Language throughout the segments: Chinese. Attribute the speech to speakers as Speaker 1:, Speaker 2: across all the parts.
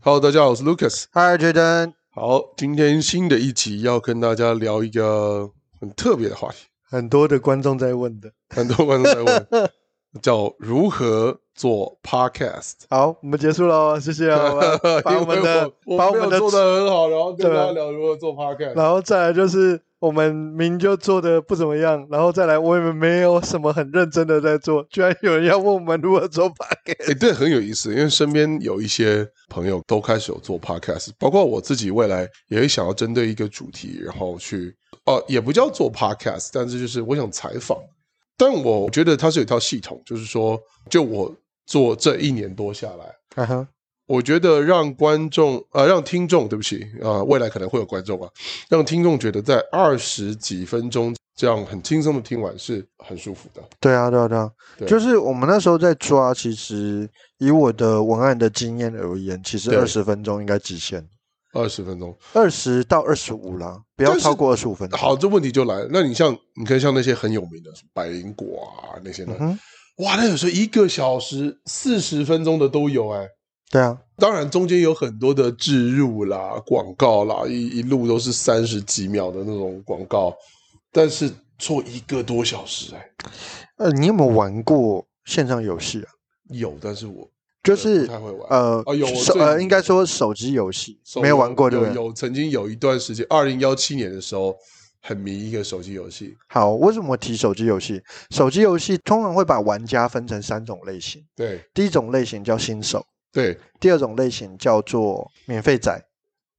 Speaker 1: Hello，大家好，我是 Lucas。
Speaker 2: 嗨，杰登，
Speaker 1: 好，今天新的一集要跟大家聊一个很特别的话题，
Speaker 2: 很多的观众在问的。
Speaker 1: 很多观众在 问，叫如何做 Podcast。
Speaker 2: 好，我们结束喽，谢谢 啊。我们把我们
Speaker 1: 因
Speaker 2: 的，
Speaker 1: 为我
Speaker 2: 把
Speaker 1: 我
Speaker 2: 我
Speaker 1: 没
Speaker 2: 们
Speaker 1: 有做
Speaker 2: 的，
Speaker 1: 的很好，然后跟
Speaker 2: 对
Speaker 1: 大家聊如何做 Podcast。
Speaker 2: 然后再来就是我们明就做的不怎么样，然后再来我们没有什么很认真的在做，居然有人要问我们如何做 p o d
Speaker 1: 哎，对，很有意思，因为身边有一些朋友都开始有做 Podcast，包括我自己未来也会想要针对一个主题，然后去哦、也不叫做 Podcast，但是就是我想采访。但我觉得它是有一套系统，就是说，就我做这一年多下来。
Speaker 2: 啊哈，
Speaker 1: 我觉得让观众呃，让听众，对不起啊、呃未来可能会有观众啊，让听众觉得在二十几分钟这样很轻松的听完是很舒服的。
Speaker 2: 对啊，对啊，对啊，
Speaker 1: 对
Speaker 2: 就是我们那时候在抓，其实以我的文案的经验而言，其实
Speaker 1: 对
Speaker 2: 二十分钟应该极限，
Speaker 1: 二十分钟，
Speaker 2: 二十到二十五啦，不要
Speaker 1: 但是
Speaker 2: 超过二十五分钟。
Speaker 1: 好，这问题就来了。那你像你看像那些很有名的百灵果啊那些呢
Speaker 2: 嗯，哼，
Speaker 1: 哇，那有时候一个小时四十分钟的都有哎、
Speaker 2: 对啊，
Speaker 1: 当然，中间有很多的植入啦、广告啦，一一路都是三十几秒的那种广告，但是做一个多小时哎、
Speaker 2: 呃，你有没有玩过线上游戏啊？
Speaker 1: 有，但是我
Speaker 2: 就
Speaker 1: 不
Speaker 2: 是
Speaker 1: 太会玩。
Speaker 2: 呃
Speaker 1: 啊有我
Speaker 2: 手
Speaker 1: 最
Speaker 2: 呃应该说手机游戏
Speaker 1: 手
Speaker 2: 没有玩过对
Speaker 1: 有
Speaker 2: 不对？
Speaker 1: 有曾经有一段时间，二零幺七年的时候，很迷一个手机游戏。
Speaker 2: 好，为什么提手机游戏？手机游戏通常会把玩家分成三种类型，
Speaker 1: 对
Speaker 2: 第一种类型叫新手，
Speaker 1: 对
Speaker 2: 第二种类型叫做免费仔，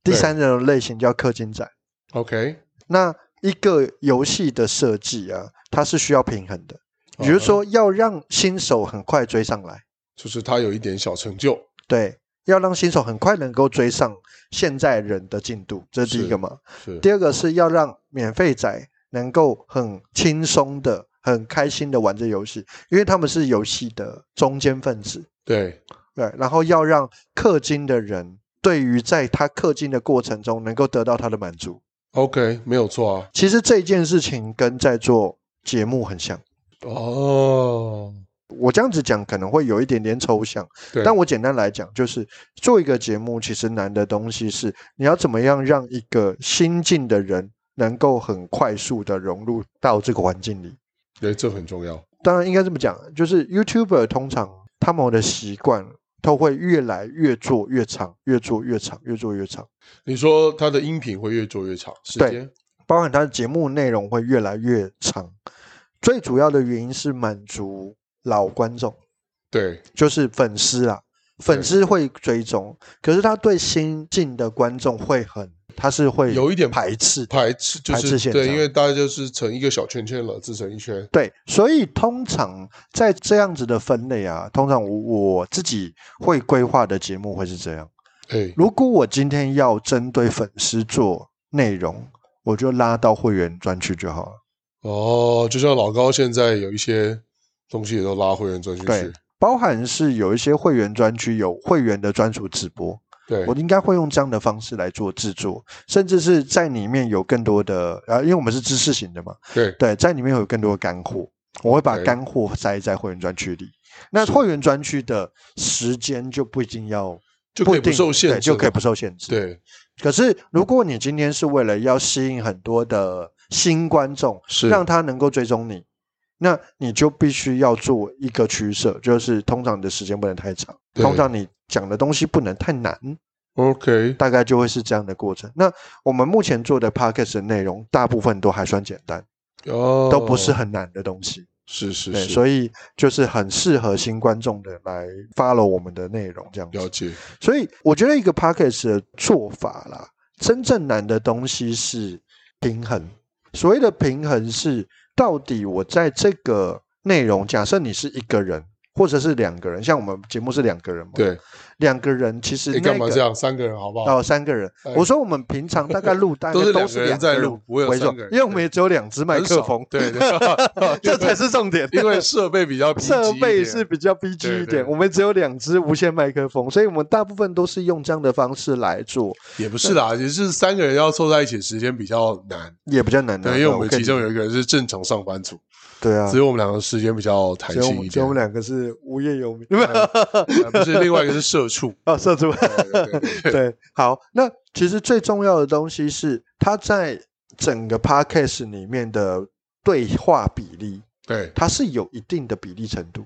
Speaker 2: 第
Speaker 1: 对
Speaker 2: 三种类型叫氪金仔。
Speaker 1: ，OK，
Speaker 2: 那一个游戏的设计啊，它是需要平衡的，
Speaker 1: 嗯
Speaker 2: 比如说要让新手很快追上来，
Speaker 1: 就是它有一点小成就，
Speaker 2: 对，要让新手很快能够追上现在人的进度，这是第一
Speaker 1: 是
Speaker 2: 个嘛。
Speaker 1: 是
Speaker 2: 第二个是要让免费仔能够很轻松的、很开心的玩这游戏，因为他们是游戏的中间分子，
Speaker 1: 对
Speaker 2: 对。然后要让氪金的人对于在他氪金的过程中能够得到他的满足。
Speaker 1: OK，没有错啊。
Speaker 2: 其实这件事情跟在做节目很像。
Speaker 1: 哦，
Speaker 2: 我这样子讲可能会有一点点抽象，
Speaker 1: 对，
Speaker 2: 但我简单来讲，就是做一个节目，其实难的东西是你要怎么样让一个新进的人能够很快速的融入到这个环境里。
Speaker 1: 对这很重要。
Speaker 2: 当然应该这么讲，就是 YouTuber 通常他们的习惯都会越来越做越长，越做越长，越做越长，
Speaker 1: 你说它的音频会越做越长，时
Speaker 2: 对
Speaker 1: 间
Speaker 2: 包含他的节目内容会越来越长。最主要的原因是满足老观众，
Speaker 1: 对
Speaker 2: 就是粉丝啦，粉丝会追踪，可是他对新进的观众会很，他是会
Speaker 1: 有一点
Speaker 2: 排斥。
Speaker 1: 排斥就
Speaker 2: 排斥
Speaker 1: 是
Speaker 2: 现
Speaker 1: 对，
Speaker 2: 场
Speaker 1: 因为大家就是成一个小圈圈了，自成一圈。
Speaker 2: 对，所以通常在这样子的分类啊，通常我我自己会规划的节目会是这样。
Speaker 1: 哎，
Speaker 2: 如果我今天要针对粉丝做内容，我就拉到会员专区就好了。
Speaker 1: 哦，就像老高现在有一些东西也都拉会员专区
Speaker 2: 对
Speaker 1: 去。
Speaker 2: 包含是有一些会员专区有会员的专属直播，
Speaker 1: 对
Speaker 2: 我应该会用这样的方式来做制作，甚至是在里面有更多的啊、因为我们是知识型的嘛，
Speaker 1: 对
Speaker 2: 对，在里面会有更多的干货，我会把
Speaker 1: OK
Speaker 2: 干货塞在会员专区里。那会员专区的时间就不一定要
Speaker 1: 就可以
Speaker 2: 一定
Speaker 1: 不受限
Speaker 2: 对
Speaker 1: 制
Speaker 2: 就可以
Speaker 1: 了
Speaker 2: 不受限制。
Speaker 1: 对
Speaker 2: 可是，如果你今天是为了要吸引很多的新观众，
Speaker 1: 是
Speaker 2: 让他能够追踪你，那你就必须要做一个取舍，就是通常你的时间不能太长，
Speaker 1: 对
Speaker 2: 通常你讲的东西不能太难，
Speaker 1: OK，
Speaker 2: 大概就会是这样的过程。那我们目前做的 podcast 的内容，大部分都还算简单，
Speaker 1: 哦，
Speaker 2: 都不是很难的东西，
Speaker 1: 是是
Speaker 2: 对，
Speaker 1: 是，
Speaker 2: 所以就是很适合新观众的来 follow 我们的内容这样子
Speaker 1: 了。解，
Speaker 2: 所以我觉得一个 podcast 的做法啦，真正难的东西是平衡。所谓的平衡是，到底我在这个内容，假设你是一个人，或者是两个人，像我们节目是两个人嘛，，
Speaker 1: 对，
Speaker 2: 两个人其实
Speaker 1: 你
Speaker 2: 那
Speaker 1: 干嘛这
Speaker 2: 个。
Speaker 1: 样？三个人好不好？
Speaker 2: 哦，三个人
Speaker 1: 哎。
Speaker 2: 我说我们平常大概录，大概
Speaker 1: 都是两
Speaker 2: 都
Speaker 1: 个
Speaker 2: 是
Speaker 1: 人
Speaker 2: 两
Speaker 1: 在
Speaker 2: 个
Speaker 1: 录
Speaker 2: 人，
Speaker 1: 不会有
Speaker 2: 为什
Speaker 1: 三
Speaker 2: 么
Speaker 1: 个人？
Speaker 2: 因为我们也只有两只麦
Speaker 1: 很少
Speaker 2: 克风，
Speaker 1: 对，
Speaker 2: 这才是重点。
Speaker 1: 因为设备比较贫瘠
Speaker 2: 设
Speaker 1: 一
Speaker 2: 备
Speaker 1: 点
Speaker 2: 是比较 B G
Speaker 1: 对
Speaker 2: 一
Speaker 1: 对
Speaker 2: 点，我们只有两只无线麦克风，所以我们大部分都是用这样的方式来做，
Speaker 1: 也不是啦，也是三个人要凑在一起时间比较难。
Speaker 2: 也比较难啊拿到。
Speaker 1: 对，因为我们
Speaker 2: 可以
Speaker 1: 其中有一个人是正常上班族，
Speaker 2: 对啊，
Speaker 1: 只有我们两个时间比较弹
Speaker 2: 只有我
Speaker 1: 性
Speaker 2: 们
Speaker 1: 一
Speaker 2: 只有
Speaker 1: 点
Speaker 2: 我们。两个是无业游民，
Speaker 1: 呃不是，另外一个是社畜。
Speaker 2: 哦，社畜。
Speaker 1: 对对对
Speaker 2: 对，好，那其实最重要的东西是它在整个 podcast 里面的对话比例，
Speaker 1: 对，
Speaker 2: 它是有一定的比例程度。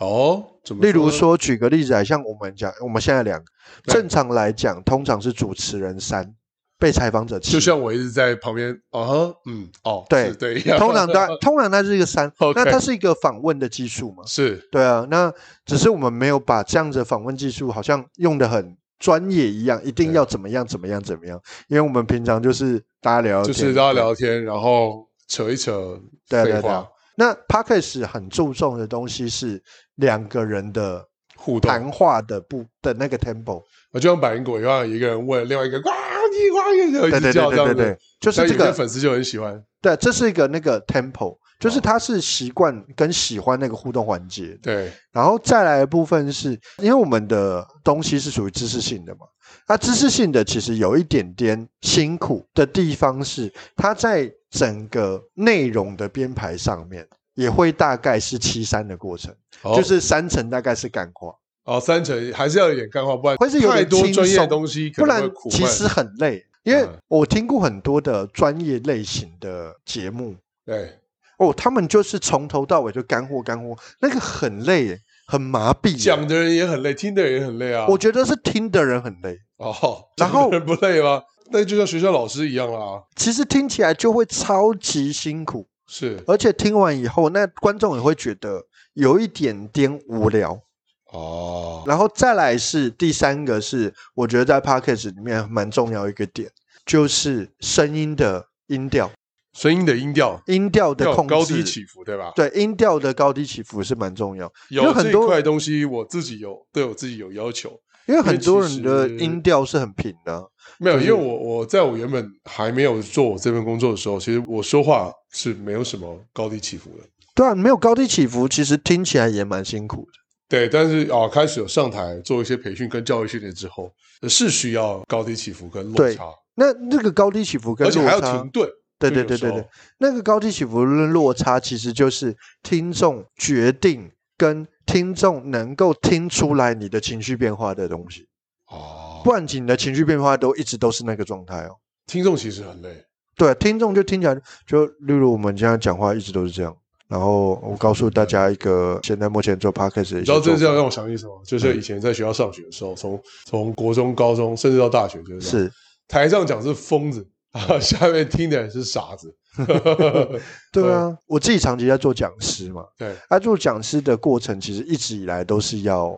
Speaker 1: 哦，怎么？
Speaker 2: 例如，说，举个例子啊来，像我们讲，我们现在两个
Speaker 1: 对
Speaker 2: 正常来讲，通常是主持人三，被采访者七，
Speaker 1: 就像我一直在旁边，啊哈，嗯，哦，
Speaker 2: 对
Speaker 1: 是对，
Speaker 2: 通常它通常它是一个三
Speaker 1: OK
Speaker 2: 那它是一个访问的技术嘛？
Speaker 1: 是
Speaker 2: 对啊，那只是我们没有把这样子的访问技术好像用的很专业一样，一定
Speaker 1: 对
Speaker 2: 要怎么样怎么样怎么样，因为我们平常就是大家聊聊
Speaker 1: 就
Speaker 2: 天，啊
Speaker 1: 是大家聊天，然后扯一扯
Speaker 2: 对啊对
Speaker 1: 废
Speaker 2: 啊对啊
Speaker 1: 话。
Speaker 2: 那 podcast 很注重的东西是两个人的
Speaker 1: 互动，
Speaker 2: 谈话的不的那个 tempo，
Speaker 1: 我就像百灵果一样，一个人问另外一个呱唧呱唧，就
Speaker 2: 对
Speaker 1: 一直
Speaker 2: 对对
Speaker 1: 叫这
Speaker 2: 对对
Speaker 1: 样
Speaker 2: 对
Speaker 1: 子。，
Speaker 2: 就是
Speaker 1: 但
Speaker 2: 这
Speaker 1: 有些
Speaker 2: 个
Speaker 1: 粉丝就很喜欢，
Speaker 2: 对，这是一个那个 tempo，就是
Speaker 1: 哦
Speaker 2: 他是习惯跟喜欢那个互动环节，
Speaker 1: 对，
Speaker 2: 然后再来的部分是，因为我们的东西是属于知识性的嘛，那知识性的其实有一点点辛苦的地方是，它在整个内容的编排上面也会大概是七三的过程，
Speaker 1: 哦
Speaker 2: 就是三层大概是干话，
Speaker 1: 哦，三成还是要有点干话，不然
Speaker 2: 会是有
Speaker 1: 太
Speaker 2: 点
Speaker 1: 多
Speaker 2: 轻
Speaker 1: 专业
Speaker 2: 松
Speaker 1: 的东西，
Speaker 2: 不然
Speaker 1: 会苦
Speaker 2: 其
Speaker 1: 闷
Speaker 2: 实很累。因为
Speaker 1: 嗯
Speaker 2: 我听过很多的专业类型的节目，
Speaker 1: 对
Speaker 2: 哦，他们就是从头到尾就干货干货，那个很累耶，很麻痹耶。
Speaker 1: 讲的人也很累，听的人也很累啊。
Speaker 2: 我觉得是听的人很累。
Speaker 1: 哦，
Speaker 2: 然后
Speaker 1: 讲的人不累吗？那就像学校老师一样啊啦，
Speaker 2: 其实听起来就会超级辛苦，
Speaker 1: 是
Speaker 2: 而且听完以后，那观众也会觉得有一点点无聊。
Speaker 1: 哦，
Speaker 2: 然后再来是第三个是，我觉得在 p a c k a g e 里面蛮重要一个点，就是声音的音调，
Speaker 1: 声音的音调
Speaker 2: 音调
Speaker 1: 要
Speaker 2: 的
Speaker 1: 有
Speaker 2: 控制，
Speaker 1: 高低起伏，对吧？
Speaker 2: 对音调的高低起伏是蛮重要，
Speaker 1: 有
Speaker 2: 有很
Speaker 1: 这一
Speaker 2: 多
Speaker 1: 块东西，我自己有对我自己有要求。
Speaker 2: 因为很多人的
Speaker 1: 因为其实
Speaker 2: 音调是很平的啊、
Speaker 1: 没有，
Speaker 2: 就
Speaker 1: 因
Speaker 2: 是
Speaker 1: 为我我在我原本还没有做我这份工作的时候，其实我说话是没有什么高低起伏的。
Speaker 2: 对啊，没有高低起伏，其实听起来也蛮辛苦的。
Speaker 1: 对，但是啊、开始有上台做一些培训跟教育训练之后，是需要高低起伏跟落
Speaker 2: 对
Speaker 1: 差，
Speaker 2: 那那个高低起伏跟
Speaker 1: 而且还要
Speaker 2: 落差，
Speaker 1: 停顿。
Speaker 2: 对
Speaker 1: 就
Speaker 2: 对
Speaker 1: 有
Speaker 2: 对
Speaker 1: 时
Speaker 2: 对
Speaker 1: 候
Speaker 2: 对，那个高低起伏论落差，其实就是听众决定跟听众能够听出来你的情绪变化的东西，
Speaker 1: 哦，
Speaker 2: 不然你的情绪变化都一直都是那个状态哦。
Speaker 1: 听众其实很累，
Speaker 2: 对、啊听众就听起来就，例如我们现在讲话一直都是这样。然后我告诉大家一个现在目前做 podcast 的一
Speaker 1: 你知道这
Speaker 2: 些做
Speaker 1: 这
Speaker 2: 法
Speaker 1: 样让我想起什么？
Speaker 2: 嗯
Speaker 1: 就是以前在学校上学的时候，从从国中、高中，甚至到大学，就是这样
Speaker 2: 是，
Speaker 1: 台上讲是疯子啊，下面听的人是傻 子。
Speaker 2: 对啊，我自己长期在做讲师嘛，
Speaker 1: 对，
Speaker 2: 啊，做讲师的过程其实一直以来都是要，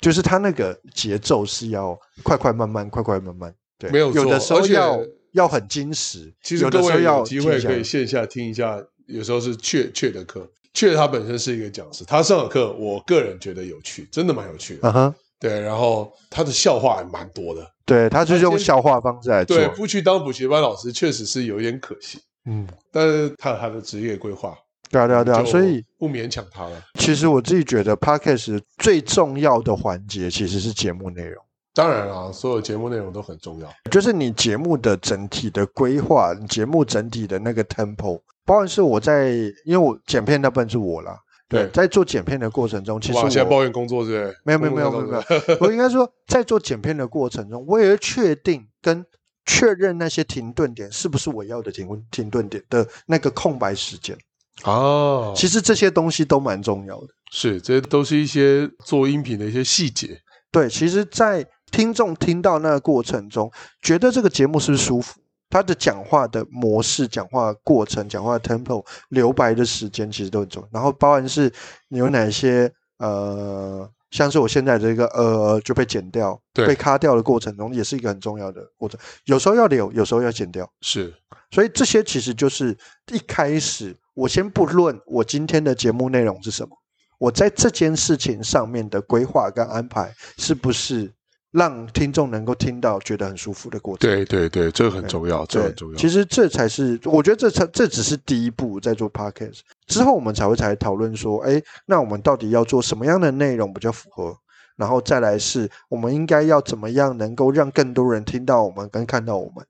Speaker 2: 就是他那个节奏是要快快慢慢，快快慢慢。对，
Speaker 1: 没有错
Speaker 2: 有的时候要
Speaker 1: 而且
Speaker 2: 要很矜持，
Speaker 1: 其实
Speaker 2: 有的
Speaker 1: 各
Speaker 2: 时候
Speaker 1: 位
Speaker 2: 要
Speaker 1: 有机会
Speaker 2: 静下
Speaker 1: 可以
Speaker 2: 来
Speaker 1: 线下听一下，有时候是雀雀的课，雀他本身是一个讲师，他上的课我个人觉得有趣，真的蛮有趣的。
Speaker 2: 嗯哼，
Speaker 1: 对，然后他的笑话还蛮多的。
Speaker 2: 对，他就是用
Speaker 1: 先
Speaker 2: 消化方式来做
Speaker 1: 对，。不去当补习班老师确实是有一点可惜，
Speaker 2: 嗯，
Speaker 1: 但是他有他的职业规划，
Speaker 2: 对啊，对啊，对啊。
Speaker 1: 就
Speaker 2: 所以
Speaker 1: 不勉强他了。
Speaker 2: 其实我自己觉得 podcast 最重要的环节其实是节目内容，
Speaker 1: 当然啊，所有节目内容都很重要。
Speaker 2: 就是你节目的整体的规划，你节目整体的那个 tempo，包含是我在，因为我剪片那部分是我啦。
Speaker 1: 对
Speaker 2: 在做剪片的过程中，其实
Speaker 1: 哇，
Speaker 2: 我
Speaker 1: 现在抱怨工作对不对？
Speaker 2: 没有没有没有没
Speaker 1: 工
Speaker 2: 有
Speaker 1: 作
Speaker 2: 没
Speaker 1: 太
Speaker 2: 有
Speaker 1: 重要，
Speaker 2: 我应该说在做剪片的过程中，我也会确定跟确认那些停顿点是不是我要的停停顿点的那个空白时间。
Speaker 1: 哦，
Speaker 2: 其实这些东西都蛮重要的。
Speaker 1: 是这都是一些做音频的一些细节。
Speaker 2: 对，其实，在听众听到那个过程中，觉得这个节目是不是舒服？他的讲话的模式、讲话过程、讲话的 tempo、留白的时间，其实都很重要。然后，包含是你有哪些呃，像是我现在这个呃就被剪掉、
Speaker 1: 对
Speaker 2: 被卡掉的过程中，也是一个很重要的过程。有时候要留，有时候要剪掉。
Speaker 1: 是
Speaker 2: 所以这些其实就是一开始，我先不论我今天的节目内容是什么，我在这件事情上面的规划跟安排是不是让听众能够听到觉得很舒服的过程？
Speaker 1: 对对对，这个很重要，这个很重要。
Speaker 2: 其实这才是我觉得这才这只是第一步，在做 podcast 之后，我们才会才讨论说，哎，那我们到底要做什么样的内容比较符合？然后再来是我们应该要怎么样能够让更多人听到我们跟看到我们。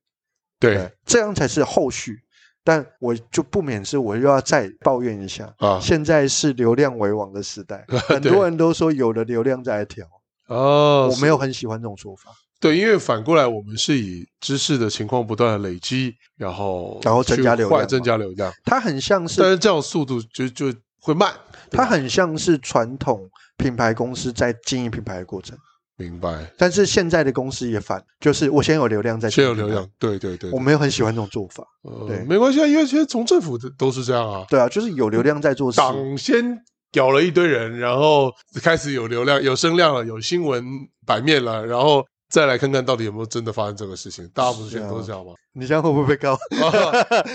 Speaker 1: 对
Speaker 2: 对，这样才是后续。但我就不免是我又要再抱怨一下，
Speaker 1: 啊，
Speaker 2: 现在是流量为王的时代，很多人都说有了流量再来调，
Speaker 1: 哦，
Speaker 2: 我没有很喜欢这种说法，
Speaker 1: 对，因为反过来我们是以知识的情况不断的累积，然后
Speaker 2: 然后增加流量
Speaker 1: 去换
Speaker 2: 嘛
Speaker 1: 增加流量，
Speaker 2: 它很像是
Speaker 1: 但是这样速度就就会慢。对
Speaker 2: 它
Speaker 1: 吧
Speaker 2: 很像是传统品牌公司在经营品牌的过程，
Speaker 1: 明白，
Speaker 2: 但是现在的公司也反，就是我先有流量再
Speaker 1: 先
Speaker 2: 经
Speaker 1: 有
Speaker 2: 营
Speaker 1: 流
Speaker 2: 品牌
Speaker 1: 量，，对对对，
Speaker 2: 我没有很喜欢这种做法。对
Speaker 1: 呃，没关系啊，因为其实从政府的都是这样啊，
Speaker 2: 对啊，就是有流量在做事，
Speaker 1: 党先搞了一堆人，然后开始有流量、有声量了，有新闻版面了，然后再来看看到底有没有真的发生这个事情。大部分
Speaker 2: 是啊
Speaker 1: 现在都是这样吗？
Speaker 2: 你这样会不会被告？
Speaker 1: 我哦
Speaker 2: 会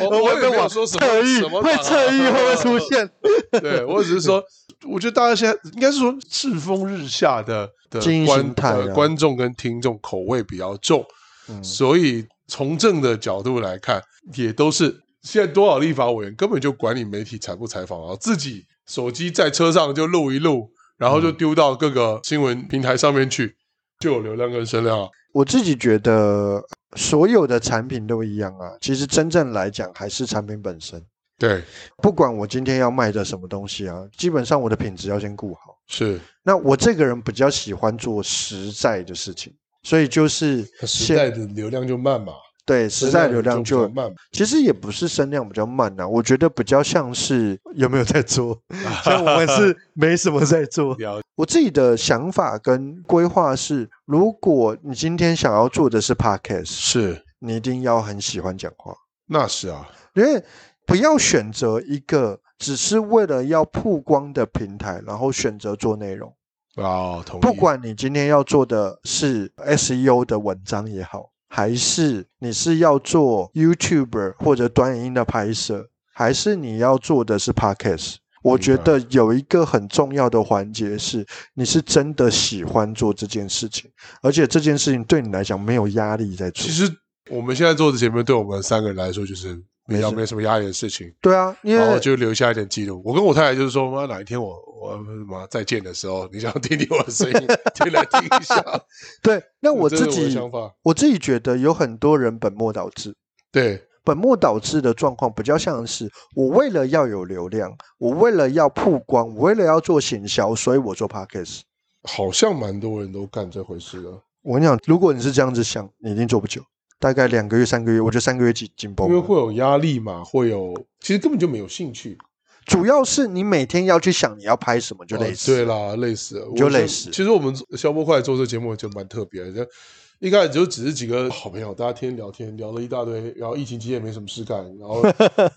Speaker 1: 我
Speaker 2: 不
Speaker 1: 也
Speaker 2: 会
Speaker 1: 没有
Speaker 2: 往
Speaker 1: 说什么
Speaker 2: 侧翼
Speaker 1: 什么
Speaker 2: 会
Speaker 1: 党啊
Speaker 2: 侧翼会不会出 现？
Speaker 1: 对我只是说，我觉得大家现在应该是说世风日下的的
Speaker 2: 经营形
Speaker 1: 观
Speaker 2: 态啊
Speaker 1: 呃观众跟听众口味比较重，
Speaker 2: 嗯
Speaker 1: 所以从政的角度来看，也都是现在多少立法委员根本就管理媒体采不采访啊，自己手机在车上就录一录，然
Speaker 2: 嗯
Speaker 1: 后就丢到各个新闻平台上面去，就有流量跟声量啊。
Speaker 2: 我自己觉得所有的产品都一样啊，其实真正来讲还是产品本身。
Speaker 1: 对，
Speaker 2: 不管我今天要卖的什么东西啊，基本上我的品质要先顾好。
Speaker 1: 是
Speaker 2: 那我这个人比较喜欢做实在的事情，所以就是
Speaker 1: 时代的流量就慢嘛，
Speaker 2: 对实在流量
Speaker 1: 就
Speaker 2: 就
Speaker 1: 比较慢嘛。
Speaker 2: 其实也不是声量比较慢呐、我觉得比较像是有没有在 做，像我们是没什么在做
Speaker 1: 了解。
Speaker 2: 我自己的想法跟规划是，如果你今天想要做的是 podcast，
Speaker 1: 是，
Speaker 2: 你一定要很喜欢讲话，
Speaker 1: 那是啊，
Speaker 2: 因为不要选择一个只是为了要曝光的平台，然后选择做内容。
Speaker 1: 啊，同意。
Speaker 2: 不管你今天要做的是 SEO 的文章也好，还是你是要做 YouTuber 或者短影音的拍摄，还是你要做的是 Podcast，我觉得有一个很重要的环节是，你是真的喜欢做这件事情，而且这件事情对你来讲没有压力在做
Speaker 1: 其。实我们现在做的节目，对我们三个人来说，就是比较
Speaker 2: 没事
Speaker 1: 没什么压力的事情，
Speaker 2: 对啊，因
Speaker 1: 然后
Speaker 2: 为
Speaker 1: 就留下一点记录。我跟我太太就是说，妈，哪一天我我妈再见的时候，你想听听我的声音，听来听一下。
Speaker 2: 对， 那我
Speaker 1: 嗯这是
Speaker 2: 自
Speaker 1: 我的
Speaker 2: 己
Speaker 1: 想法，
Speaker 2: 我自己觉得有很多人本末倒置。
Speaker 1: 对，
Speaker 2: 本末倒置的状况比较像是我为了要有流量，我为了要曝光，我为了要做行销，所以我做 podcast。
Speaker 1: 好像蛮多人都干这回事的，
Speaker 2: 我跟你讲，如果你是这样子想，你一定做不久，大概两个月、三个月，我觉得三个月紧紧绷
Speaker 1: 因为
Speaker 2: 了。
Speaker 1: 会有压力嘛，会有，其实根本就没有兴趣，
Speaker 2: 主要是你每天要去想你要拍什么，就累死。
Speaker 1: 哦对啦，累死了，
Speaker 2: 你就
Speaker 1: 我觉得
Speaker 2: 累死
Speaker 1: 其实我们消波快做这节目就蛮特别的，一开始就只是几个好朋友，大家天天聊天，聊了一大堆，然后疫情期间也没什么事干，然 后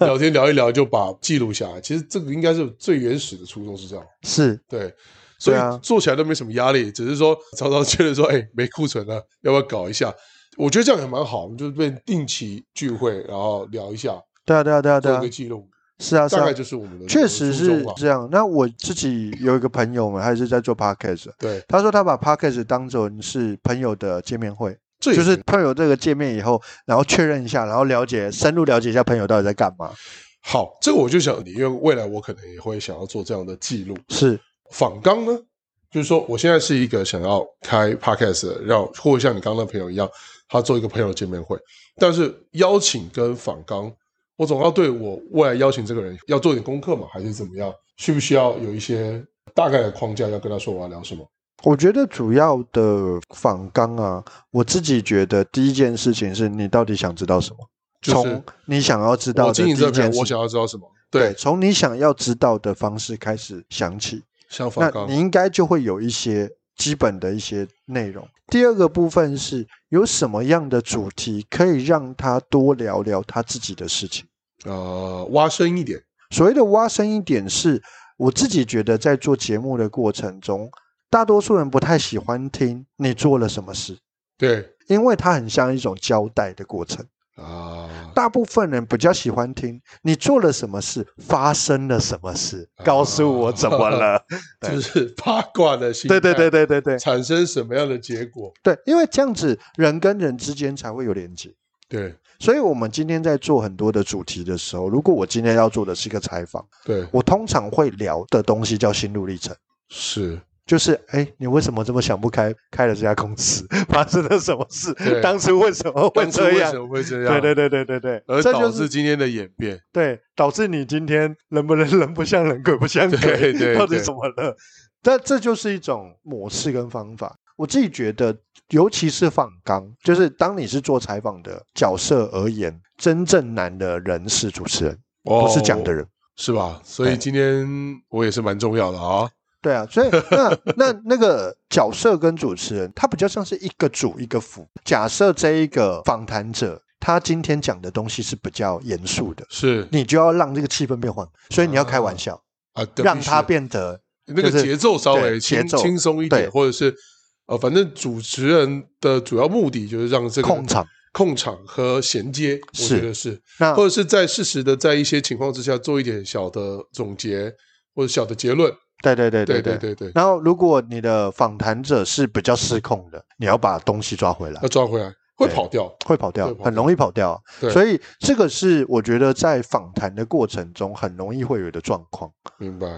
Speaker 1: 聊天聊一聊就把记录下来。其实这个应该是最原始的初衷是这样，
Speaker 2: 是
Speaker 1: 对。所
Speaker 2: 对
Speaker 1: 以
Speaker 2: 啊
Speaker 1: 做起来都没什么压力，只是说 常常觉得说，哎，没库存了，要不要搞一下？我觉得这样也蛮好，我们就是变定期聚会，然后聊一下，
Speaker 2: 对啊，对啊，对啊，对
Speaker 1: 做一
Speaker 2: 啊
Speaker 1: 个，记录，
Speaker 2: 是啊，是
Speaker 1: 大
Speaker 2: 啊
Speaker 1: 概，就是我们的
Speaker 2: 确实
Speaker 1: 初衷
Speaker 2: 是
Speaker 1: 吧
Speaker 2: 这样。那我自己有一个朋友嘛，他也是在做 podcast，的
Speaker 1: 对，
Speaker 2: 他说他把 podcast 当成是朋友的见面会。
Speaker 1: 这也
Speaker 2: 就是朋友这个界面以后，然后确认一下，然后了解深入了解一下朋友到底在干嘛。
Speaker 1: 好，这个我就想你，因为未来我可能也会想要做这样的记录。
Speaker 2: 是
Speaker 1: 仿纲呢，就是说我现在是一个想要开 podcast，的让或者像你刚刚的朋友一样，他做一个朋友见面会，但是邀请跟仿纲，我总要对我未来邀请这个人要做点功课嘛，还是怎么样？需不需要有一些大概的框架要跟他说我要聊什么？
Speaker 2: 我觉得主要的访纲啊，我自己觉得第一件事情是你到底想知道什么，
Speaker 1: 就是
Speaker 2: 从你想要知道
Speaker 1: 我
Speaker 2: 的第
Speaker 1: 经
Speaker 2: 一
Speaker 1: 营这个朋
Speaker 2: 件
Speaker 1: 友，我
Speaker 2: 事，
Speaker 1: 想要知道什么？
Speaker 2: 对，
Speaker 1: 对，
Speaker 2: 从你想要知道的方式开始想起，
Speaker 1: 像仿
Speaker 2: 那
Speaker 1: 纲
Speaker 2: 你，应该就会有一些基本的一些内容。第二个部分是有什么样的主题可以让他多聊聊他自己的事情。
Speaker 1: 呃，挖深一点，
Speaker 2: 所谓的挖深一点是，我自己觉得在做节目的过程中，大多数人不太喜欢听你做了什么事，
Speaker 1: 对
Speaker 2: 因为它很像一种交代的过程。
Speaker 1: 啊，
Speaker 2: 大部分人比较喜欢听你做了什么事，发生了什么事，告诉我怎么了。
Speaker 1: 就是 八卦的心态，
Speaker 2: 对对对对对对
Speaker 1: 产生什么样的结果？
Speaker 2: 对，因为这样子人跟人之间才会有连接。
Speaker 1: 对
Speaker 2: 所以，我们今天在做很多的主题的时候，如果我今天要做的是一个采访，
Speaker 1: 对，
Speaker 2: 我通常会聊的东西叫心路历程。
Speaker 1: 是
Speaker 2: 就是哎，你为什么这么想不开？开了这家公司，发生了什么事？
Speaker 1: 对
Speaker 2: 当初为什么会
Speaker 1: 当初
Speaker 2: 这
Speaker 1: 为
Speaker 2: 样
Speaker 1: 什？么会这样？
Speaker 2: 对对对对对对，
Speaker 1: 而
Speaker 2: 这
Speaker 1: 导
Speaker 2: 就
Speaker 1: 致
Speaker 2: 是
Speaker 1: 今天的演变。
Speaker 2: 对导致你今天人不人人不像人，鬼不像鬼，
Speaker 1: 对对
Speaker 2: 到底
Speaker 1: 对
Speaker 2: 怎么了？但这就是一种模式跟方法。我自己觉得，尤其是放刚，就是当你是做采访的角色而言，真正难的人是主持人，
Speaker 1: 哦
Speaker 2: 不是讲的人。
Speaker 1: 是吧？所以
Speaker 2: 对
Speaker 1: 今天我也是蛮重要的啊。
Speaker 2: 对啊，所以那那那个角色跟主持人，他比较像是一个主一个辅。假设这一个访谈者，他今天讲的东西是比较严肃的，
Speaker 1: 是
Speaker 2: 你就要让这个气氛变缓，所以你要开玩笑，
Speaker 1: 啊，对
Speaker 2: 让
Speaker 1: 必须
Speaker 2: 它变得
Speaker 1: 那个
Speaker 2: 就是
Speaker 1: 节奏稍微
Speaker 2: 对节
Speaker 1: 轻
Speaker 2: 奏
Speaker 1: 轻松一点，
Speaker 2: 对
Speaker 1: 或者是呃，反正主持人的主要目的就是让这个
Speaker 2: 控场。
Speaker 1: 控场和衔接，我
Speaker 2: 是嗯
Speaker 1: 觉得是，
Speaker 2: 那
Speaker 1: 或者是在适时的在一些情况之下做一点小的总结或者小的结论。
Speaker 2: 对对对
Speaker 1: 对
Speaker 2: 对
Speaker 1: 对对，
Speaker 2: 然后，如果你的访谈者是比较失控的，你要把东西抓回来
Speaker 1: 要，抓回来会
Speaker 2: 对
Speaker 1: 跑掉。
Speaker 2: 会跑掉
Speaker 1: 会，呃跑
Speaker 2: 很容易跑掉。
Speaker 1: 对，
Speaker 2: 所
Speaker 1: 以
Speaker 2: 以，这个是我觉得在访谈的过程中很容易会有的状况。
Speaker 1: 明白。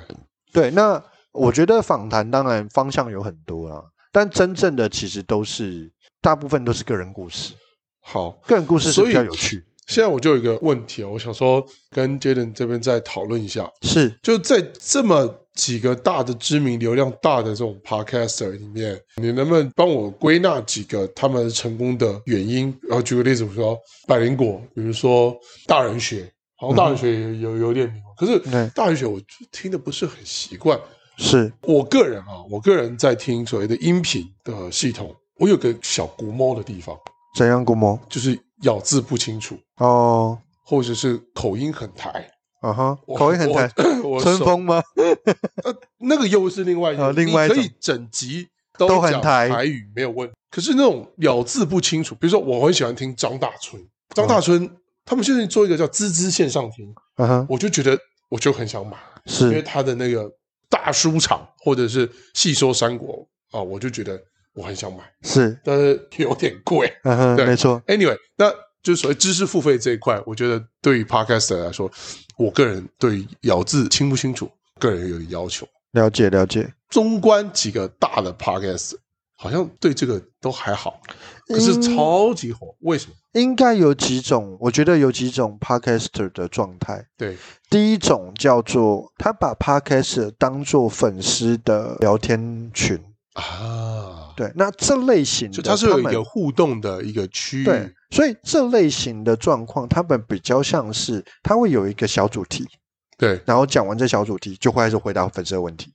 Speaker 2: 对，那我觉得访谈当然方向有很多啦，但真正的其实都是大部分都是个人故事，
Speaker 1: 好，
Speaker 2: 个人故事是
Speaker 1: 所以
Speaker 2: 比较有趣。
Speaker 1: 现在我就有一个问题哦，我想说跟 Jaden 这边再讨论一下，
Speaker 2: 是
Speaker 1: 就在这么几个大的知名、流量大的这种 podcaster 里面，你能不能帮我归纳几个他们成功的原因？然后举个例子，比如说百灵果，比如说大人学，好像大人学有有有点名，哦可是
Speaker 2: 嗯对
Speaker 1: 大人学我听的不是很习惯。
Speaker 2: 是，
Speaker 1: 我个人啊，我个人在听所谓的音频的系统，我有个小古猫的地方，
Speaker 2: 怎样估摸？
Speaker 1: 就是咬字不清楚，
Speaker 2: 哦，
Speaker 1: 或者是口音很抬。
Speaker 2: 啊哈，
Speaker 1: 我
Speaker 2: 口音很台，，
Speaker 1: 我我
Speaker 2: 春
Speaker 1: 手
Speaker 2: 风吗？
Speaker 1: 那个又是另外一种，
Speaker 2: 呃另外一
Speaker 1: 你可
Speaker 2: 种
Speaker 1: 以整集都
Speaker 2: 都很
Speaker 1: 讲
Speaker 2: 台
Speaker 1: 台语没有问题。可是那种咬字不清楚，比如说我很喜欢听张大春，张大春、
Speaker 2: 嗯
Speaker 1: 他们现在做一个叫“滋滋线上听
Speaker 2: 啊哈”，，
Speaker 1: 我就觉得我就很想买，因为
Speaker 2: 是
Speaker 1: 他的那个大书场或者是细说三国啊，我就觉得我很想买，
Speaker 2: 是，
Speaker 1: 但是有点贵。
Speaker 2: 嗯
Speaker 1: 对
Speaker 2: 哼，没错，
Speaker 1: Anyway，那就是所谓知识付费这一块，我觉得对于 Podcaster 来说，我个人对于咬字清不清楚，个人有点要求。
Speaker 2: 了解了解。
Speaker 1: 中观几个大的 podcast，好像对这个都还好，可
Speaker 2: 嗯
Speaker 1: 是超级火，为什么？
Speaker 2: 应该有几种，我觉得有几种 podcaster 的状态。
Speaker 1: 对，
Speaker 2: 第一种叫做他把 podcaster 当做粉丝的聊天群，
Speaker 1: 啊，
Speaker 2: 对，那这类型的
Speaker 1: 就它是有一
Speaker 2: 他
Speaker 1: 个
Speaker 2: 们
Speaker 1: 互动的一个区域，
Speaker 2: 对，所以这类型的状况，他们比较像是他会有一个小主题，
Speaker 1: 对，
Speaker 2: 然后讲完这小主题就会开始回答粉丝的问题。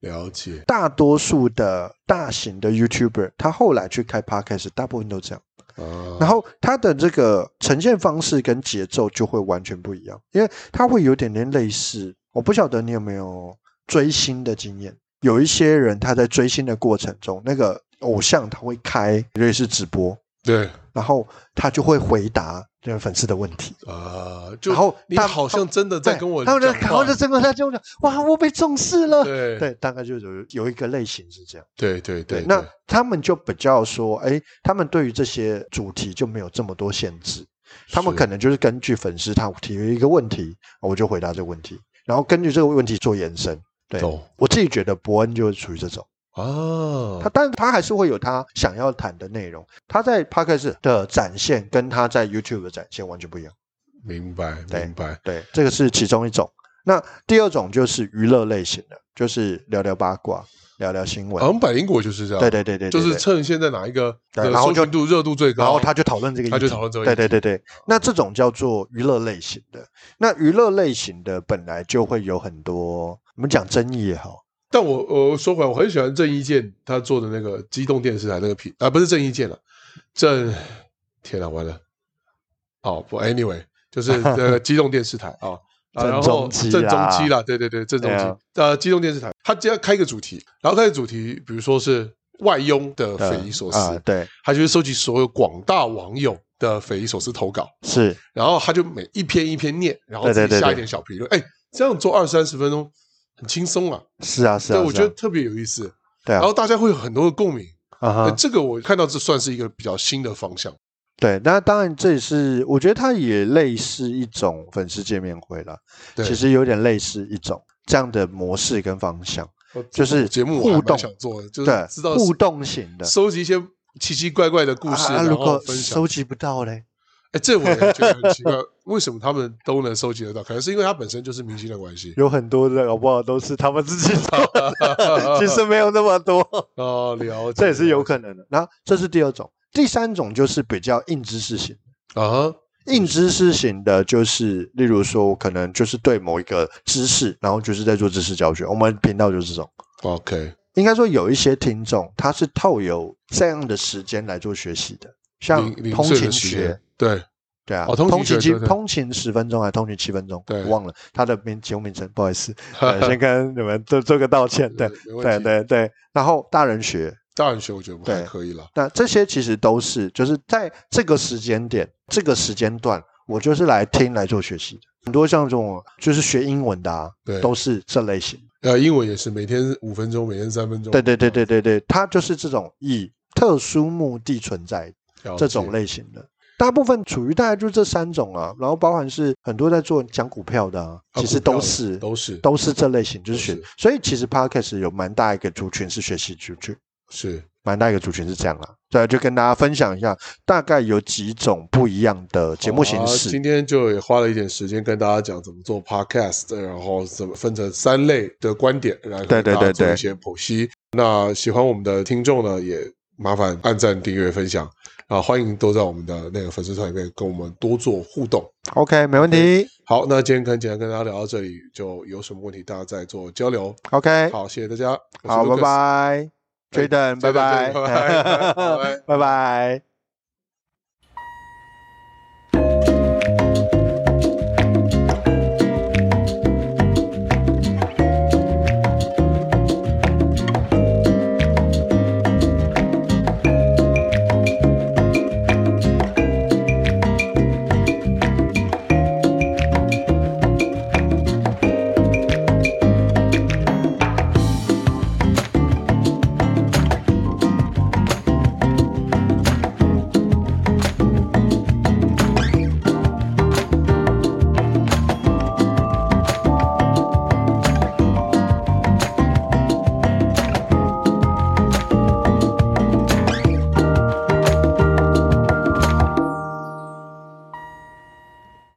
Speaker 1: 了解，
Speaker 2: 大多数的大型的 YouTuber，他后来去开 podcast，大部分都这样。
Speaker 1: 啊，
Speaker 2: 然后它的这个呈现方式跟节奏就会完全不一样，因为它会有点点类似。我不晓得你有没有追星的经验，有一些人他在追星的过程中，那个偶像他会开类似直播，
Speaker 1: 对
Speaker 2: 然后他就会回答这个粉丝的问题。
Speaker 1: 啊，就
Speaker 2: 然后
Speaker 1: 你
Speaker 2: 他
Speaker 1: 好像真的在
Speaker 2: 对
Speaker 1: 跟我
Speaker 2: 他
Speaker 1: 讲
Speaker 2: 们
Speaker 1: 话，
Speaker 2: 就然后就整个他就讲，哇，我被重视了。
Speaker 1: 对
Speaker 2: 对，大概就有有一个类型是这样。
Speaker 1: 对对对，
Speaker 2: 那他们就比较说，哎，他们对于这些主题就没有这么多限制，他们
Speaker 1: 是
Speaker 2: 可能就是根据粉丝他提了一个问题，我就回答这个问题，然后根据这个问题做延伸。对
Speaker 1: 懂
Speaker 2: 我自己觉得伯恩就是属于这种，
Speaker 1: 啊
Speaker 2: 他，但他还是会有他想要谈的内容，他在 podcast 的展现跟他在 YouTube 的展现完全不一样。
Speaker 1: 明白
Speaker 2: 对
Speaker 1: 明白，
Speaker 2: 对，这个是其中一种。那第二种就是娱乐类型的，就是聊聊八卦，聊聊新闻。
Speaker 1: 好像百灵果就是这样，
Speaker 2: 对对对对，
Speaker 1: 哦就
Speaker 2: 对
Speaker 1: 是
Speaker 2: 对
Speaker 1: 趁现在哪一个
Speaker 2: 对
Speaker 1: 的
Speaker 2: 然后
Speaker 1: 搜
Speaker 2: 就
Speaker 1: 寻度热度最高，
Speaker 2: 然后他就讨论这个议题，
Speaker 1: 他就讨论这个
Speaker 2: 对
Speaker 1: 议
Speaker 2: 对对对，那这种叫做娱乐类型的。那娱乐类型的本来就会有很多，我们讲争议也好，
Speaker 1: 但我我说回来，我很喜欢郑伊健他做的那个机动电视台那个品啊，不是郑伊健了，郑天哪，啊完了，哦不，anyway，就是 那个机动电视台啊，啊然
Speaker 2: 郑
Speaker 1: 后郑
Speaker 2: 中基
Speaker 1: 中
Speaker 2: 啦
Speaker 1: 基啦，对对对，郑中
Speaker 2: 对
Speaker 1: 基
Speaker 2: 啊，
Speaker 1: 呃，机动电视台，他只要开一个主题，然后他的主题比如说是外佣的
Speaker 2: 呃
Speaker 1: 匪夷所
Speaker 2: 啊
Speaker 1: 思，
Speaker 2: 对，
Speaker 1: 他就会收集所有广大网友的匪夷所思投稿，
Speaker 2: 是
Speaker 1: 然后他就每一篇一篇念，然后
Speaker 2: 对
Speaker 1: 自
Speaker 2: 对
Speaker 1: 己
Speaker 2: 对
Speaker 1: 下
Speaker 2: 对
Speaker 1: 一点小评论，哎，这样做二三十分钟很轻松啊。
Speaker 2: 是啊是啊，
Speaker 1: 对，我
Speaker 2: 是
Speaker 1: 觉得
Speaker 2: 啊
Speaker 1: 特别有意思。
Speaker 2: 对
Speaker 1: 然
Speaker 2: 啊
Speaker 1: 后，大家会有很多的共鸣，
Speaker 2: 啊
Speaker 1: 呃
Speaker 2: 哈，
Speaker 1: 这个我看到这算是一个比较新的方向。
Speaker 2: 对，那当然这也是，我觉得它也类似一种粉丝见面会啦，
Speaker 1: 对，
Speaker 2: 其实有点类似一种这样的模式跟方向，
Speaker 1: 我
Speaker 2: 就是
Speaker 1: 节目我还
Speaker 2: 互
Speaker 1: 蛮
Speaker 2: 动
Speaker 1: 想做的，就是
Speaker 2: 对
Speaker 1: 知道，
Speaker 2: 互动型的
Speaker 1: 收集一些奇奇怪怪的故事，
Speaker 2: 啊啊
Speaker 1: 然
Speaker 2: 如
Speaker 1: 后
Speaker 2: 果
Speaker 1: 分
Speaker 2: 收
Speaker 1: 享。
Speaker 2: 集不到嘞，
Speaker 1: 哎，这我也觉得很奇怪，为什么他们都能收集得到？可能是因为他本身就是明星的关系。
Speaker 2: 有很多的搞不好都是他们自 己找的，其实没有那么多，
Speaker 1: 哦，了解，
Speaker 2: 这也是有可能的。然后这是第二种，第三种就是比较硬知识型。
Speaker 1: 啊哈，
Speaker 2: 硬知识型的，就是例如说，我可能就是对某一个知识，然后就是在做知识教学。我们频道就是这种。
Speaker 1: OK，
Speaker 2: 应该说有一些听众，他是透有这样的时间来做学习的，像
Speaker 1: 零零
Speaker 2: 通
Speaker 1: 碎的
Speaker 2: 勤
Speaker 1: 时
Speaker 2: 学
Speaker 1: 间，，对，
Speaker 2: 对啊，
Speaker 1: 哦通
Speaker 2: 通
Speaker 1: 勤学
Speaker 2: 勤七
Speaker 1: 对对
Speaker 2: 通勤十分钟还是啊通勤七分钟，
Speaker 1: 对
Speaker 2: 我忘了他的名节目名称，不好 意思，呃先跟你们做做个道歉，对，
Speaker 1: 没问
Speaker 2: 对
Speaker 1: 题。
Speaker 2: 对对。然后大人学，
Speaker 1: 大人学我觉得不太
Speaker 2: 对
Speaker 1: 可以了。
Speaker 2: 那这些其实都是就是在这个时间点、这个时间段，我就是来听来做学习的。很多像这种就是学英文的啊，
Speaker 1: 对
Speaker 2: 都是这类型。
Speaker 1: 呃，英文也是每天五分钟，每天三分钟。
Speaker 2: 对对对对对对，它就是这种以特殊目的存在
Speaker 1: 了解，
Speaker 2: 这种类型的。大部分处于大概就这三种啊，然后包含是很多在做讲股票的啊，
Speaker 1: 啊
Speaker 2: 其实
Speaker 1: 股票
Speaker 2: 都是
Speaker 1: 都是
Speaker 2: 都是这类型，就
Speaker 1: 都
Speaker 2: 是学
Speaker 1: 是。
Speaker 2: 所以其实 podcast 有蛮大一个族群是学习族群，
Speaker 1: 是
Speaker 2: 蛮大一个族群是这样啦。对，就跟大家分享一下，大概有几种不一样的节目形
Speaker 1: 好啊
Speaker 2: 式。
Speaker 1: 今天就也花了一点时间跟大家讲怎么做 podcast，然后怎么分成三类的观点，然后
Speaker 2: 对对
Speaker 1: 给大家
Speaker 2: 对
Speaker 1: 做
Speaker 2: 对
Speaker 1: 一些剖析。那喜欢我们的听众呢，也麻烦按赞、订阅、分享啊，欢迎都在我们的那个粉丝团里面跟我们多做互动。
Speaker 2: OK，没问题。
Speaker 1: 好，那今天很简单跟大家聊到这里，就有什么问题大家再做交流。
Speaker 2: OK，
Speaker 1: 好，谢谢大家，我是
Speaker 2: 好，
Speaker 1: Lucas
Speaker 2: 拜拜
Speaker 1: 对
Speaker 2: ，Jaden，拜
Speaker 1: Jaden，拜拜拜拜拜拜
Speaker 2: 拜拜。